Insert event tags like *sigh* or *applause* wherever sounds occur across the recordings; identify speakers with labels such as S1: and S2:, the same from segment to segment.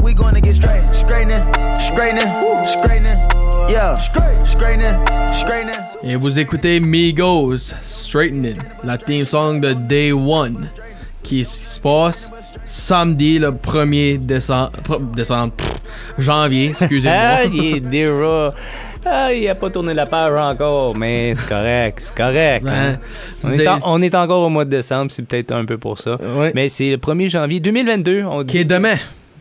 S1: we gonna get straight. Straightening, straightening, straightening. Yeah, straightening, straightening.
S2: Et vous écoutez Migos Straighten It, la theme song de Day One, qui est ce qui se passe samedi le 1er décembre. pr- décembre pff, janvier, excusez-moi.
S3: *laughs* Ah, il est déjà. Ah, il a pas tourné la page encore, mais c'est correct, c'est correct.
S2: Ouais.
S3: On,
S2: Ben, C'est-
S3: est en- on est encore au mois de décembre, c'est peut-être un peu pour ça.
S2: Ouais.
S3: Mais c'est le 1er janvier 2022, on dit,
S2: Qui est demain.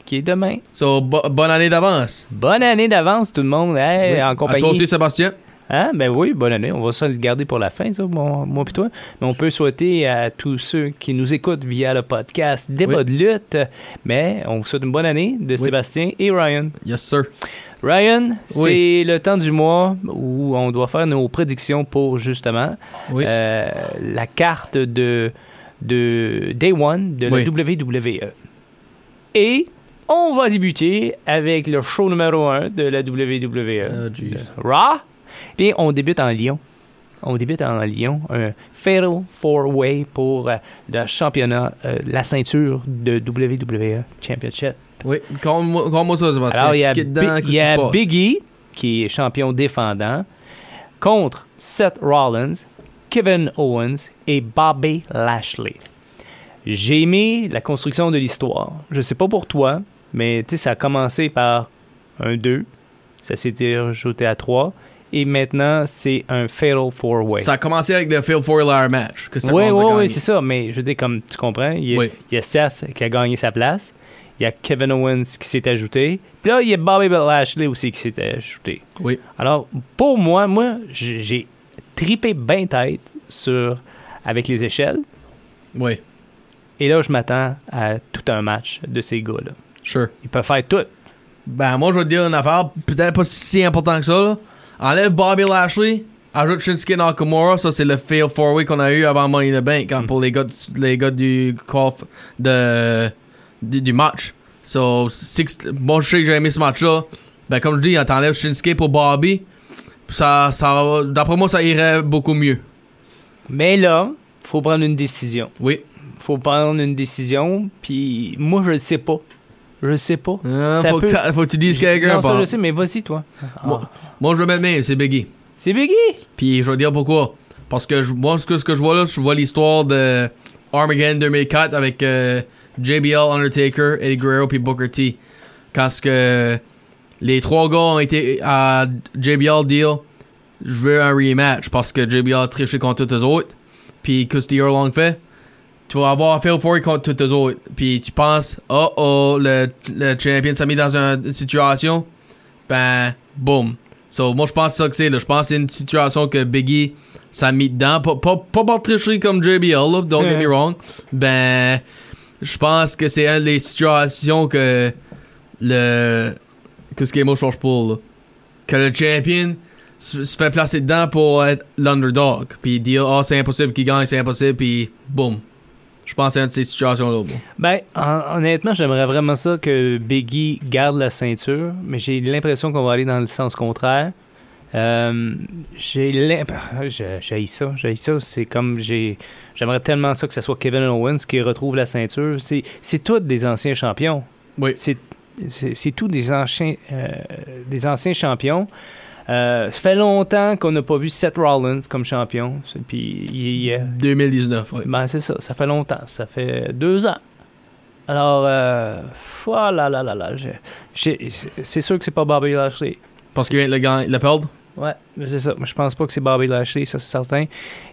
S3: qui est demain.
S2: So, bo- bonne année d'avance.
S3: Bonne année d'avance, tout le monde, hey,
S2: Oui.
S3: Eh, en
S2: À toi
S3: compagnie.
S2: aussi, Sébastien.
S3: Hein? Ben oui, bonne année. On va ça le garder pour la fin, ça, mon- moi pis toi. Mais on peut souhaiter à tous ceux qui nous écoutent via le podcast Débat
S2: Oui.
S3: de lutte. Mais on vous souhaite une bonne année de Sébastien et Ryan.
S2: Yes, sir.
S3: Ryan,
S2: Oui.
S3: c'est le temps du mois où on doit faire nos prédictions pour justement
S2: Oui.
S3: euh, la carte de, de Day One de la
S2: Oui.
S3: WWE. Et on va débuter avec le show numéro 1 de la WWE.
S2: Oh, jeez.
S3: Le Raw. Et on débute en Lyon. On débute en Lyon. Un Fatal Four Way pour euh, le championnat, euh, la ceinture de WWE Championship.
S2: Oui. Comment moi ça, Sébastien.
S3: Alors, il y a,
S2: Qu'est-ce qui est dedans?
S3: Bi-
S2: Qu'est-ce
S3: il y
S2: qui se
S3: a
S2: passe?
S3: Big E, qui est champion défendant, contre Seth Rollins, Kevin Owens et Bobby Lashley. J'ai aimé la construction de l'histoire. Je sais pas pour toi, mais tu sais, ça a commencé par un 2, ça s'est rajouté à 3, et maintenant, c'est un Fatal 4-Way.
S2: Ça a commencé avec le Phil Four-Layer match. Que Seth
S3: E, Oui,
S2: Rollins a
S3: oui,
S2: gagné.
S3: oui, c'est ça. Mais je veux dire, comme tu comprends, il y, a,
S2: Oui.
S3: il y a Seth qui a gagné sa place. Il y a Kevin Owens qui s'est ajouté. Puis là, il y a Bobby Lashley aussi qui s'est ajouté.
S2: Oui.
S3: Alors, pour moi, moi, j'ai j'ai tripé ben tête sur, avec les échelles.
S2: Oui.
S3: Et là, je m'attends à tout un match de ces gars-là.
S2: Sure.
S3: Ils peuvent faire tout.
S2: Ben, moi, je vais te dire une affaire, peut-être pas si important que ça. Là. Enlève Bobby Lashley, ajoute Shinsuke Nakamura. Ça, c'est le fail four way qu'on a eu avant Money in the Bank hein, pour les gars, du- les gars du, coff- de, du, du match. So, six, bon, je sais que j'ai aimé ce match-là. Ben, comme je dis, t'enlèves Shinsuke pour Bobby. Ça, ça, D'après moi, ça irait beaucoup mieux.
S3: Mais là, faut prendre une décision.
S2: Oui.
S3: faut prendre une décision. Puis moi, je le sais pas. Je le sais pas.
S2: Euh,
S3: Ça
S2: faut,
S3: peut-
S2: que t'a- faut que tu dises quelqu'un.
S3: Non, ça,
S2: par-
S3: je sais, mais vas-y, toi. Ah.
S2: Moi, moi, je vais mettre main, c'est Biggie.
S3: C'est Biggie.
S2: Puis je vais dire pourquoi. Parce que je, moi, ce que, ce que je vois là, je vois l'histoire de Armageddon 2004 avec euh, JBL, Undertaker, Eddie Guerrero puis Booker T. Quand ce que les trois gars ont été à JBL deal, je veux un rematch parce que JBL a triché contre tous les autres. Puis qu'est-ce que Long fait? Tu vas avoir Phil Ford contre tous les autres. Puis tu penses, oh oh, le, le champion s'est mis dans une situation. Ben, boum. So, moi, je pense ça que c'est. là. Je pense que c'est une situation que Biggie s'est mis dedans. Pas, pas, pas par tricherie comme JBL, là, don't get me wrong. Ben, je pense que c'est une des situations que le. Que ce que moi, je change pour, là. Que le champion se se fait placer dedans pour être l'underdog. Puis il dit, ah, c'est impossible qu'il gagne, c'est impossible, puis boum. Je pense que c'est une de ces situations-là. moi.
S3: Ben, hon- honnêtement, j'aimerais vraiment ça que Biggie garde la ceinture, mais j'ai l'impression qu'on va aller dans le sens contraire. Euh, j'ai l'impression. J'ai ça, j'ai ça. C'est comme. j'ai J'aimerais tellement ça que ce soit Kevin Owens qui retrouve la ceinture. C'est c'est tous des anciens champions.
S2: Oui.
S3: C'est- C'est c'est tous des anciens, euh, des anciens champions. Euh, ça fait longtemps qu'on n'a pas vu Seth Rollins comme champion. C'est- Puis il est.
S2: 2019, oui.
S3: Ben, c'est ça. Ça fait longtemps. Ça fait deux ans. Alors, euh, oh là là là là. j'ai- j'ai- C'est sûr que c'est pas Bobby Lashley.
S2: Parce qu'il vient de le gagner- le perdre.
S3: Ouais, c'est ça. Moi, Je pense pas que c'est Bobby Lashley, ça c'est certain.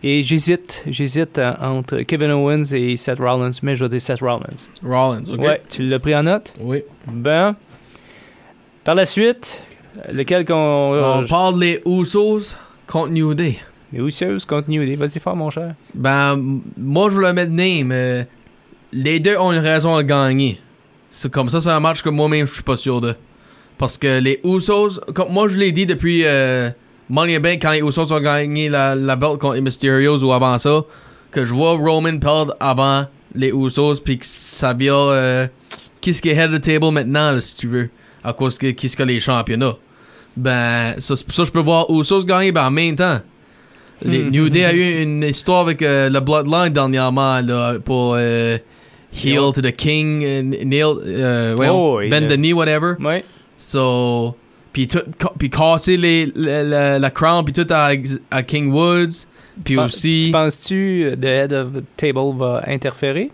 S3: Et j'hésite. J'hésite euh, entre Kevin Owens et Seth Rollins, mais je vais dire Seth Rollins.
S2: Rollins, ok?
S3: Ouais, tu l'as pris en note?
S2: Oui.
S3: Ben. Par la suite, lequel qu'on.
S2: On
S3: euh,
S2: parle des Usos contre New Day.
S3: les Usos contre New Day. Vas-y, fort, mon cher.
S2: Ben, m- moi, je voulais mettre Name. euh, les deux ont une raison à gagner. C'est comme ça, c'est un match que moi-même, je suis pas sûr de. Parce que les Usos, comme moi, je l'ai dit depuis euh, Money in the Bank, quand les Usos ont gagné la, la belt contre les Mysterios ou avant ça, que je vois Roman perdre avant les Usos, puis que ça vient. euh, Qu'est-ce qui est head of the table maintenant, là, si tu veux, à cause de qu'est-ce que les championnats. Ben, ça, c'est pour ça, que je peux voir Usos gagner, ben, en même temps. Les New Day a eu une histoire avec euh, le Bloodline dernièrement là, pour euh, heel to the king, uh, nail, uh, well,
S3: Oh, il
S2: bend
S3: a-
S2: the knee, whatever.
S3: Ouais.
S2: So, puis tout, ca- puis casser les, la, la- la crown, puis tout à, à King Woods, puis
S3: Pen-
S2: aussi,
S3: Penses-tu euh, The Head of the Table va interférer?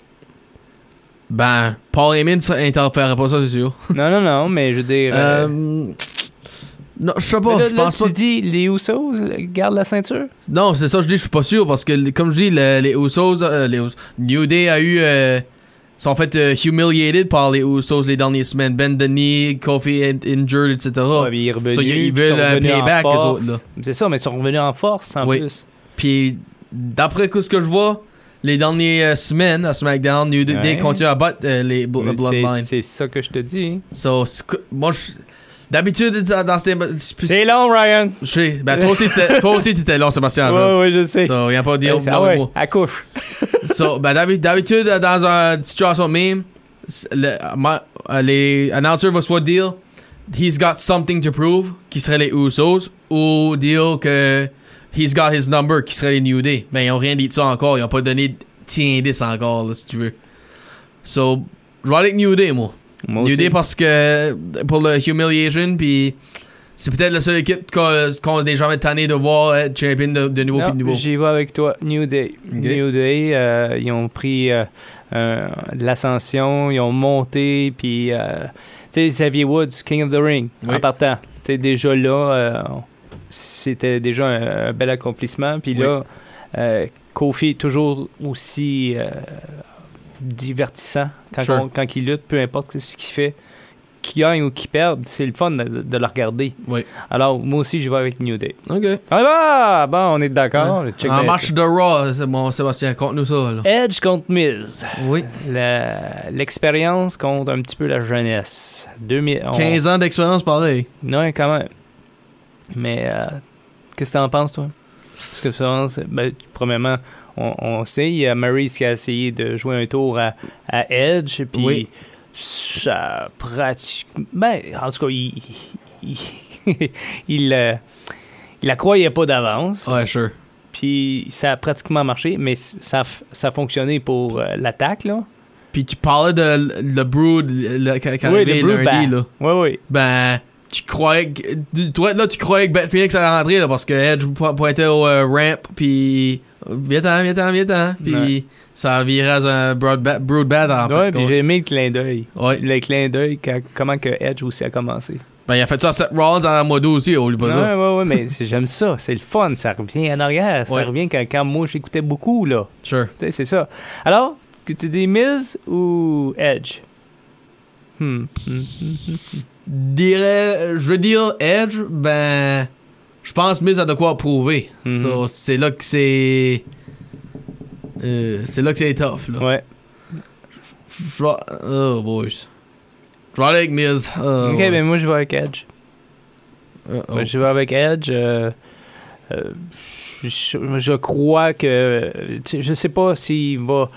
S2: ben, Paul Heyman ça interfère pas ça, c'est sûr.
S3: non, non, non, mais je veux dire... euh,
S2: Euh, non, je sais
S3: mais
S2: pas,
S3: là,
S2: je
S3: là,
S2: pense
S3: tu
S2: pas.
S3: dis les Usos gardent la ceinture?
S2: Non, c'est ça, je dis, je suis pas sûr, parce que, comme je dis, le- les Usos, euh, les Us- New Day a eu, euh, sont fait euh, humiliated par les Usos les dernières semaines. Ben Denis, Kofi in- injured, etc.
S3: Ouais, puis il est revenu,
S2: So, ils- ils
S3: puis
S2: Ah.
S3: sont
S2: veulent un
S3: revenus en
S2: payback, eux
S3: force.
S2: autres, là.
S3: C'est ça, mais ils sont revenus en force, en
S2: Oui.
S3: plus.
S2: Puis, d'après que ce que je vois, les dernières euh, semaines à SmackDown, New Day
S3: Ouais.
S2: continue à battre euh, les bl-
S3: Mais c'est-
S2: Bloodline.
S3: C'est ça que je te dis.
S2: So, c'est que- moi, je- d'habitude, dans dans ces.
S3: C'est long, Ryan!
S2: Je sais. Ben, toi aussi, t'étais- toi aussi, t'étais là, Sébastien.
S3: Ouais, ouais, je sais.
S2: je- So, rien pas à dire.
S3: Ouais, c'est-
S2: non,
S3: ah ouais,
S2: moi.
S3: à couche. *laughs*
S2: So, ben, d'habi- d'habitude, euh, dans une situation même, c'est- le- ma- euh, les announceurs vont soit dire He's got something to prove, qui serait les Usos, ou dire que He's got his number, qui serait les New Day. Mais ils n'ont rien dit de ça encore, ils n'ont pas donné de petit indice encore, là, si tu veux. So, je vais aller avec New Day, moi.
S3: Moi
S2: New
S3: aussi.
S2: Day parce que pour le humiliation, puis c'est peut-être la seule équipe qu'on qu'on est jamais tanné de voir être champion de, de nouveau puis de
S3: Non,
S2: nouveau.
S3: J'y vais avec toi. New Day. New Day, euh, ils ont pris euh, euh, de l'ascension, ils ont monté, puis... euh, tu sais, Xavier Woods, King of the Ring,
S2: Oui.
S3: en partant. Tu sais, déjà là, euh, c'était déjà un, un bel accomplissement. Puis là, euh, Kofi est toujours aussi euh, divertissant quand,
S2: Sure.
S3: on- quand il lutte, peu importe ce qu'il fait. Qui gagne ou qui perd, c'est le fun de, de le regarder.
S2: Oui.
S3: Alors, moi aussi, je vais avec New Day.
S2: Ok.
S3: Ah bah, bon, on est d'accord. Check
S2: en
S3: bien
S2: marche de Raw, c'est bon, Sébastien, conte-nous ça.
S3: *laughs*
S2: Là.
S3: ça. Edge contre Miz.
S2: Oui.
S3: La- L'expérience contre un petit peu la jeunesse. 2000, on-
S2: 15 ans d'expérience, pareil.
S3: Non, quand même. Mais euh, qu'est-ce que t'en penses, toi? Parce que ça, c'est- ben, premièrement, on, on sait, il y a Maryse qui a essayé de jouer un tour à, à Edge, et puis
S2: Oui.
S3: ça pratique... Ben, en tout cas, il... Il, *laughs* il, euh, il la croyait pas d'avance,
S2: Ouais, sure.
S3: puis ça a pratiquement marché, mais ça, a f- ça a fonctionné pour euh, l'attaque, là.
S2: Puis tu parlais de l- le Brood le, quand quand
S3: Oui,
S2: arrivé
S3: le Brood
S2: lundi,
S3: Bat.
S2: là.
S3: Oui, oui.
S2: Ben, tu croyais que. tu- Toi, là, tu croyais que Beth Phoenix allait rentrer, là, parce que Edge po- pointait au euh, ramp, puis. Viens-t'en, viens-t'en, viens-t'en. Puis
S3: Ouais.
S2: ça virait à un Brood Bat, brood bat en
S3: Ouais,
S2: fait.
S3: puis j'ai aimé le clin d'œil.
S2: Ouais.
S3: Le clin d'œil, quand- comment que Edge aussi a commencé.
S2: Ben, il a fait ça à Seth Rollins en mois 12 aussi, oublie pas
S3: Non,
S2: ça.
S3: ouais, ouais, ouais, mais c'est- j'aime ça. C'est le fun. Ça revient en arrière. Ça
S2: Ouais.
S3: revient quand, quand moi, j'écoutais beaucoup, là.
S2: Sure.
S3: Tu sais, c'est ça. Alors, que tu dis Miz ou Edge? Hmm, hmm, hmm, hmm.
S2: Dirais, euh, je veux dire Edge, ben, je pense Miz a de quoi prouver.
S3: Mhm.
S2: So, c'est là que c'est. euh, c'est là que c'est tough, là.
S3: Ouais.
S2: Je vais- Oh, boys. Je vais aller avec Miz. Oh,
S3: ok,
S2: boys.
S3: ben moi, je vais avec Edge.
S2: Uh-oh. Oh.
S3: Moi, Je vais avec Edge. euh, euh, je, je crois que. tu sais, Je sais pas s'il va.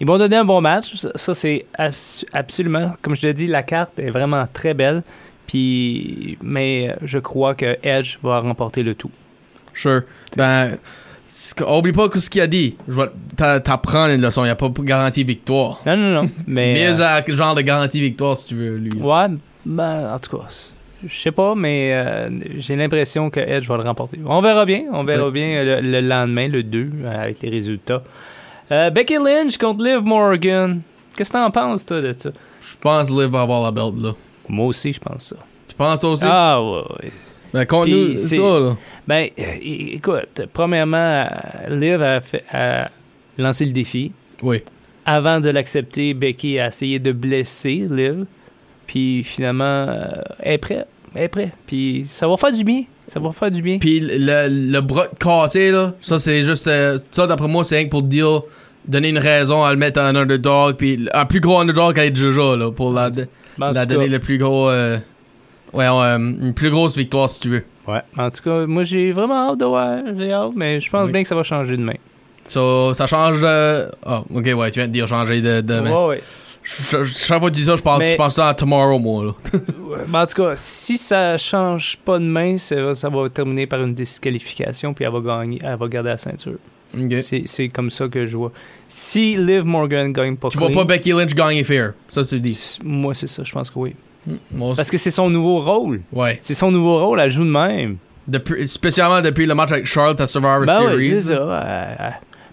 S3: Ils vont donner un bon match. Ça, ça, c'est abs- absolument. Comme je l'ai dit, la carte est vraiment très belle. Puis, mais je crois que Edge va remporter le tout.
S2: Sure. Ben, c'est que- oublie pas que ce qu'il a dit. Je vais t'a- t'apprendre une leçon. Il a pas garanti victoire.
S3: Non, non, non. Mais.
S2: Miz
S3: euh,
S2: a le genre de garantie victoire, si tu veux, lui.
S3: ouais, ben, en tout cas, c'est- je sais pas, mais euh, j'ai l'impression que Edge va le remporter. On verra bien. On verra
S2: Ouais.
S3: bien le, le lendemain, le 2, euh, avec les résultats. Euh, Becky Lynch contre Liv Morgan. Qu'est-ce que t'en penses, toi, de ça?
S2: Je pense Liv va avoir la belt, là.
S3: Moi aussi, je pense ça.
S2: Tu penses toi aussi?
S3: Ah, ouais, ouais.
S2: Ben, compte-nous
S3: Puis c'est-
S2: ça, là.
S3: Ben, euh, é- écoute, premièrement, euh, Liv a, fait- a lancé le défi.
S2: Oui.
S3: Avant de l'accepter, Becky a essayé de blesser Liv. Puis finalement, euh, elle est prête. Elle est prête. Puis ça va faire du bien. Ça va faire du bien.
S2: *laughs* Puis le, le bras de cassé, là, ça c'est juste. euh, ça d'après moi, c'est rien que pour dire. Donner une raison à le mettre en underdog. Puis un plus gros underdog qu'à être Jojo, là. Pour la,
S3: Ben, en
S2: la
S3: tout cas-
S2: donner le plus gros. euh, ouais, euh, une plus grosse victoire si tu veux.
S3: Ouais. En tout cas, moi, j'ai vraiment hâte de voir. J'ai hâte, mais je pense
S2: Oui.
S3: bien que ça va changer demain.
S2: So, ça change. euh, oh, ok, ouais, tu viens de dire changer de. de mais-
S3: Ouais, ouais.
S2: Je- je- chaque fois que tu dis ça, je pense,
S3: Mais-
S2: je pense à Tomorrow, moi, là.
S3: Ouais, ben, en tout cas, si ça change pas demain, ça va, ça va terminer par une disqualification, puis elle va gagner, elle va garder la ceinture.
S2: Ok.
S3: C'est c'est comme ça que je vois. Si Liv Morgan gagne pas
S2: Tu vois
S3: clean,
S2: pas Becky Lynch gagner fair. Ça, tu le dis.
S3: c- moi, c'est ça, je pense que oui.
S2: Hmm, moi aussi.
S3: Parce que c'est son nouveau rôle.
S2: Ouais.
S3: C'est son nouveau rôle, elle joue de même.
S2: Depuis- spécialement depuis le match avec Charlotte à Survivor
S3: Ben oui,
S2: Series.
S3: c'est ça. euh, euh.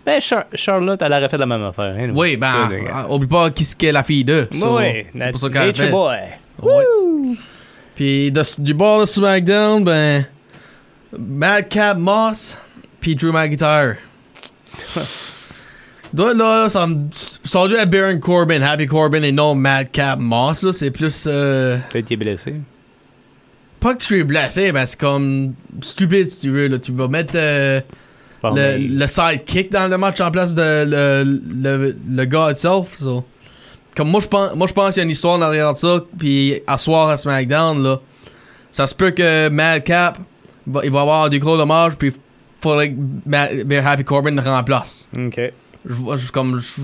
S3: Ben, Char- Charlotte, elle aurait fait la même affaire. hein, nous.
S2: oui, ben,
S3: Good, regarde.
S2: ah, oublie pas qui ce qu'est la fille d'eux.
S3: Ben
S2: So,
S3: oui,
S2: c'est
S3: notre
S2: pour ça qu'elle a
S3: Nature
S2: fait.
S3: Boy.
S2: Ouais. Puis de- du bord de SmackDown, ben, Madcap Moss, puis Drew McIntyre. Donc là, là, ça me. Sans à Baron Corbin, Happy Corbin et non Madcap Moss, là, c'est plus. euh,
S3: Peut-être qu'il est blessé.
S2: pas que tu es blessé, ben c'est comme stupide si tu veux. Là. Tu vas mettre euh,
S3: Bon, ben,
S2: le,
S3: mais-
S2: le sidekick dans le match en place de le, le, le gars itself. so. Comme moi, je pense, moi, je pense qu'il y a une histoire derrière ça. Puis à soir à SmackDown, là, ça se peut que Madcap va, il va avoir du gros dommages. Puis faudrait que Ma- ben, Happy Corbin le remplace.
S3: OK.
S2: Je vois, je- comme je-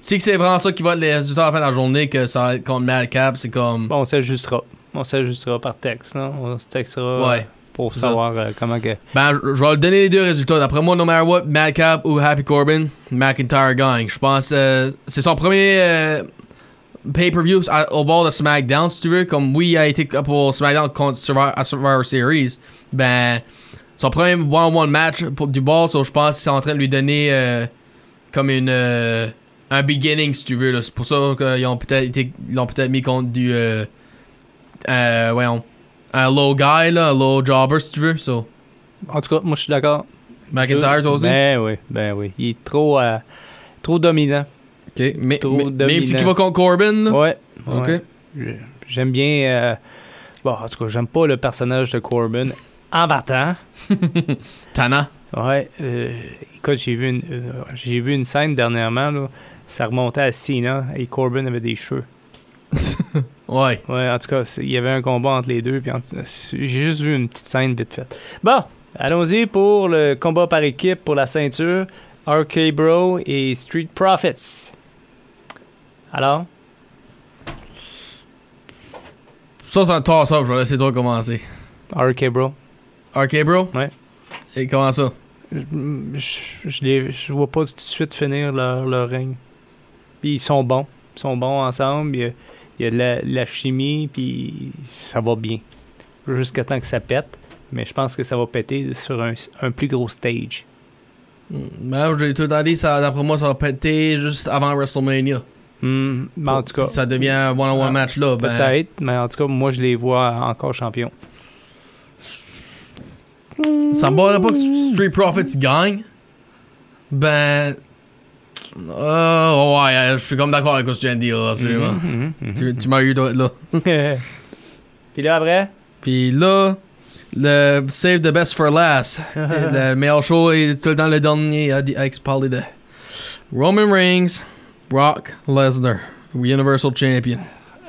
S2: si que c'est vraiment ça qui va être les résultats à la fin de la journée, que ça va être contre Madcap, c'est comme
S3: Bon, on s'ajustera. On s'ajustera par texte, non? On se textera
S2: ouais.
S3: pour
S2: c'est ça.
S3: savoir euh, comment que...
S2: Ben, je je vais leur donner les deux résultats. D'après moi, no matter what, Madcap ou Happy Corbin, McIntyre gagne. Je pense euh, c'est son premier euh, pay-per-view à- au bord de SmackDown, si tu veux. Comme oui, il a été pour SmackDown contre Survivor, à Survivor Series. Ben, son premier one-on-one match pour, du bord, so, je pense qu'ils sont en train de lui donner euh, comme une euh, un beginning, si tu veux. là. C'est pour ça qu'ils ont peut-être été- ils l'ont peut-être mis contre du... Euh, euh, voyons, un low guy, là, un low jobber, si tu veux. So.
S3: En tout cas, moi, je suis d'accord.
S2: McIntyre, toi aussi?
S3: Ben oui, ben oui. Il est trop, euh, trop dominant.
S2: Ok, mais,
S3: Trop
S2: mais-
S3: dominant.
S2: même si qui va contre Corbin, là?
S3: Ouais.
S2: Ok.
S3: ouais. Je- J'aime bien... euh, Bon, en tout cas, j'aime pas le personnage de Corbin. En battant...
S2: Tana.
S3: Ouais, euh, écoute, j'ai vu une euh, j'ai vu une scène dernièrement là, ça remontait à Cena et Corbin avait des cheveux.
S2: Ouais.
S3: Ouais, en tout cas, c'est- il y avait un combat entre les deux puis en- j'ai juste vu une petite scène vite faite. Bon, allons-y pour le combat par équipe pour la ceinture RK Bro et Street Profits. Alors,
S2: Ça, c'est un toss-up. Je vais laisser toi commencer.
S3: RK Bro,
S2: OK, bro?
S3: Ouais.
S2: Et comment ça?
S3: je je- je les- je vois pas tout de suite finir leur, leur règne. Puis ils sont bons, ils sont bons ensemble, il y a, il y a de la, la chimie, puis ça va bien. Jusqu'à temps que ça pète, mais je pense que ça va péter sur un, un plus gros stage.
S2: Hmm, Ben, j'ai tout le temps dit, ça, d'après moi, ça va péter juste avant WrestleMania.
S3: Hmm, mais en tout cas,
S2: Ça devient un one-on-one
S3: Ah,
S2: match, là. Ben,
S3: peut-être, mais en tout cas, moi je les vois encore champions.
S2: ça me bother pas que Street Profits gagne. Ben... Euh, ouais, je suis comme d'accord avec ce que tu viens de dire, là, absolument.
S3: Mhm, mhm, mhm.
S2: hein. Tu,
S3: *laughs*
S2: tu m'as eu, toi, là.
S3: puis là, après,
S2: Puis là, le Save the Best for Last. le meilleur show est tout le temps le dernier à, à parler de Roman Reigns, Brock Lesnar, Universal Champion.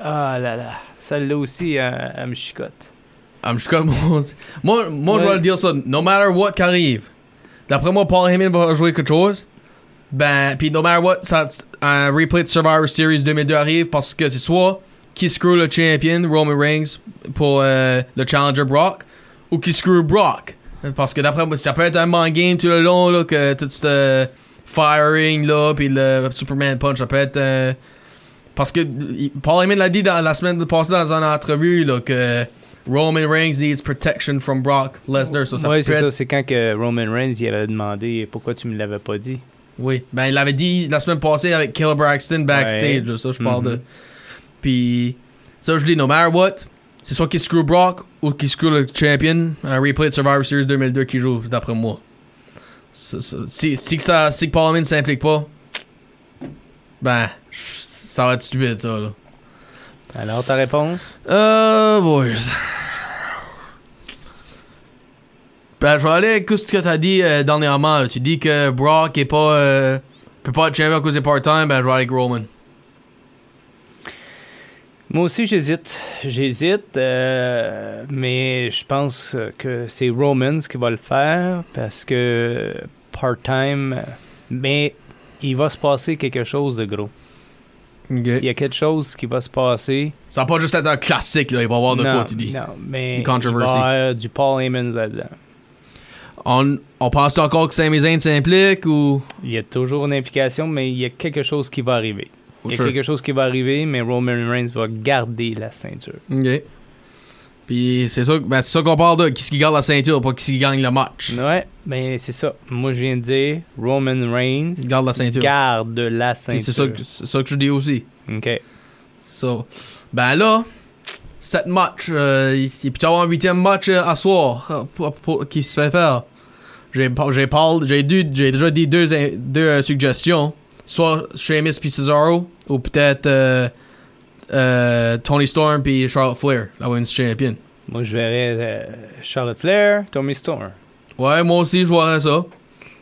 S3: ah là là, celle-là aussi, euh, elle me chicote.
S2: I'm just gonna- *laughs* moi, moi je
S3: Ouais.
S2: vais le dire ça. No matter what qu'arrive, d'après moi, Paul Heyman va jouer quelque chose. Ben, puis no matter what, ça, un replay de Survivor Series 2002 arrive parce que c'est soit qui screw le champion Roman Reigns pour euh, le challenger Brock ou qui screw Brock. Parce que d'après moi, ça peut être un man game tout le long, là, que tout ce firing, là, puis le Superman Punch, ça peut être. euh, parce que il- Paul Heyman l'a dit dans, la semaine passée dans une entrevue, là, que Roman Reigns needs protection from Brock Lesnar. So ça
S3: ouais,
S2: peut
S3: c'est
S2: être-
S3: ça. C'est quand que Roman Reigns il avait demandé pourquoi tu me l'avais pas dit.
S2: Oui, ben il l'avait dit la semaine passée avec Caleb Braxton backstage,
S3: Ouais.
S2: là, ça je parle
S3: Mhm.
S2: de. Puis ça je dis no matter what, c'est soit qui screw Brock ou qui screw le champion, un replay de Survivor Series 2002 qui joue d'après moi. Ça- ça- si, si, que ça, si que Paul Heyman s'implique pas, ben ça va être stupide ça là.
S3: Alors ta réponse
S2: Euh, boys. Ben, je vais aller avec ce que t'as dit euh, dernièrement. là. Tu dis que Brock est pas, euh, peut pas être champion à cause des part-time. Ben, je vais aller avec Roman.
S3: Moi aussi j'hésite, j'hésite, euh, mais je pense que c'est Romans qui va le faire parce que part-time, mais il va se passer quelque chose de gros. Il y a quelque chose qui va se passer.
S2: Ça va pas juste être un classique, là. Il va y avoir de
S3: non,
S2: quoi, tu dis.
S3: non, mais
S2: Une controversy.
S3: il va y avoir du Paul Heyman là-dedans.
S2: On, on pense encore que Sami Zayn s'implique ou.
S3: Il y a toujours une implication, mais il y a quelque chose qui va arriver. Il y a
S2: Sure.
S3: quelque chose qui va arriver, mais Roman Reigns va garder la ceinture.
S2: Ok. Puis c'est ça, ben, c'est ça qu'on parle de. Qui ce qui garde la ceinture, pas qui ce qui gagne le match.
S3: Ouais, mais Ben, c'est ça. Moi, je viens de dire Roman Reigns
S2: Il Garde la ceinture.
S3: garde la
S2: Puis
S3: ceinture.
S2: c'est ça, que- c'est ça que je dis aussi.
S3: OK.
S2: So, ben là, sept matchs. euh, il il peut y avoir un huitième match euh, à soir euh, pour- pour- qui se fait faire. J'ai par- j'ai parlé- j'ai dû- j'ai déjà dit deux, in- deux euh, suggestions. Soit Sheamus puis Cesaro, ou peut-être euh, euh, Tony Storm puis Charlotte Flair, la Women's Champion.
S3: Moi, je verrais euh, Charlotte Flair, Tommy Storm.
S2: Ouais, moi aussi, je vois ça.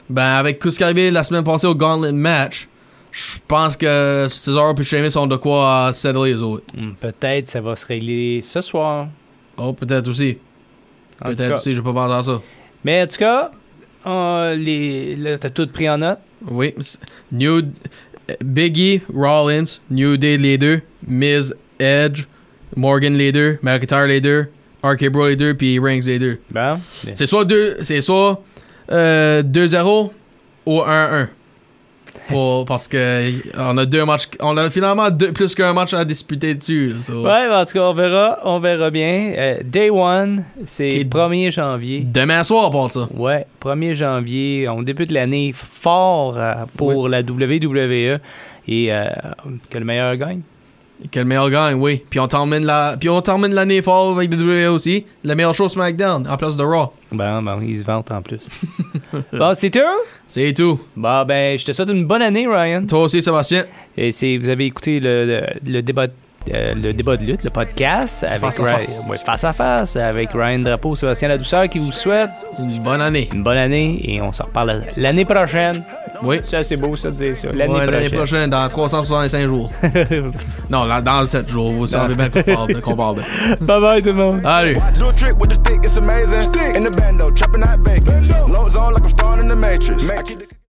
S2: Ben, avec tout ce qui est arrivé la semaine passée au Gauntlet Match, je pense que Cesaro puis Sheamus ont de quoi euh, settler les autres.
S3: Hmm, Peut-être ça va se régler ce soir.
S2: Oh, peut-être aussi.
S3: En tout
S2: Peut-être
S3: cas.
S2: aussi, j'ai pas pensé à ça.
S3: Mais en tout cas, on- les, là, t'as tout pris en note.
S2: Oui. c'est- New Biggie, Rollins, New Day les deux, Miz, Edge, Morgan les deux, McIntyre les deux, RK Bro les deux, puis Reigns les deux.
S3: Bon.
S2: C'est soit deux, c'est soit euh, 2-0 ou 1-1. Pour- parce que on a deux matchs, on a finalement deux, plus qu'un match à disputer dessus. so.
S3: Ouais, mais en tout cas, on verra, on verra bien. Euh, day one, c'est
S2: Qui-
S3: 1er janvier.
S2: Demain soir, pour ça.
S3: Ouais, 1er janvier, on débute l'année fort euh, pour la WWE et euh, que le meilleur gagne.
S2: Quel meilleur gagne, oui. Puis on termine la, puis on termine l'année fort avec WWE aussi. La meilleure chose SmackDown en place de Raw.
S3: Bon, bon, ils ben se vantent en plus. bon, c'est tout?
S2: C'est tout.
S3: Bon, ben, je te souhaite une bonne année, Ryan.
S2: Toi aussi, Sébastien.
S3: Et c'est, vous avez écouté le, le, le débat. euh, le débat de lutte, le podcast avec
S2: Face à
S3: Ryan-
S2: face.
S3: ouais, face à face avec Ryan Drapeau, Sébastien Ladouceur qui vous souhaite
S2: Une bonne année.
S3: une bonne année et on se reparle l'année prochaine.
S2: Oui.
S3: Ça, c'est beau, ça, de dire ça. L'année
S2: Ouais, L'année prochaine,
S3: prochaine.
S2: dans 365 jours. non, là, dans 7 jours. Vous savez bien qu'on parle de- qu'on parle de.
S3: bye bye, tout le monde.
S2: Allez.
S4: I do a trick with the stick, it's amazing. In the bando, trapping out bacon. Low zone like I'm starting the matrix. I keep the-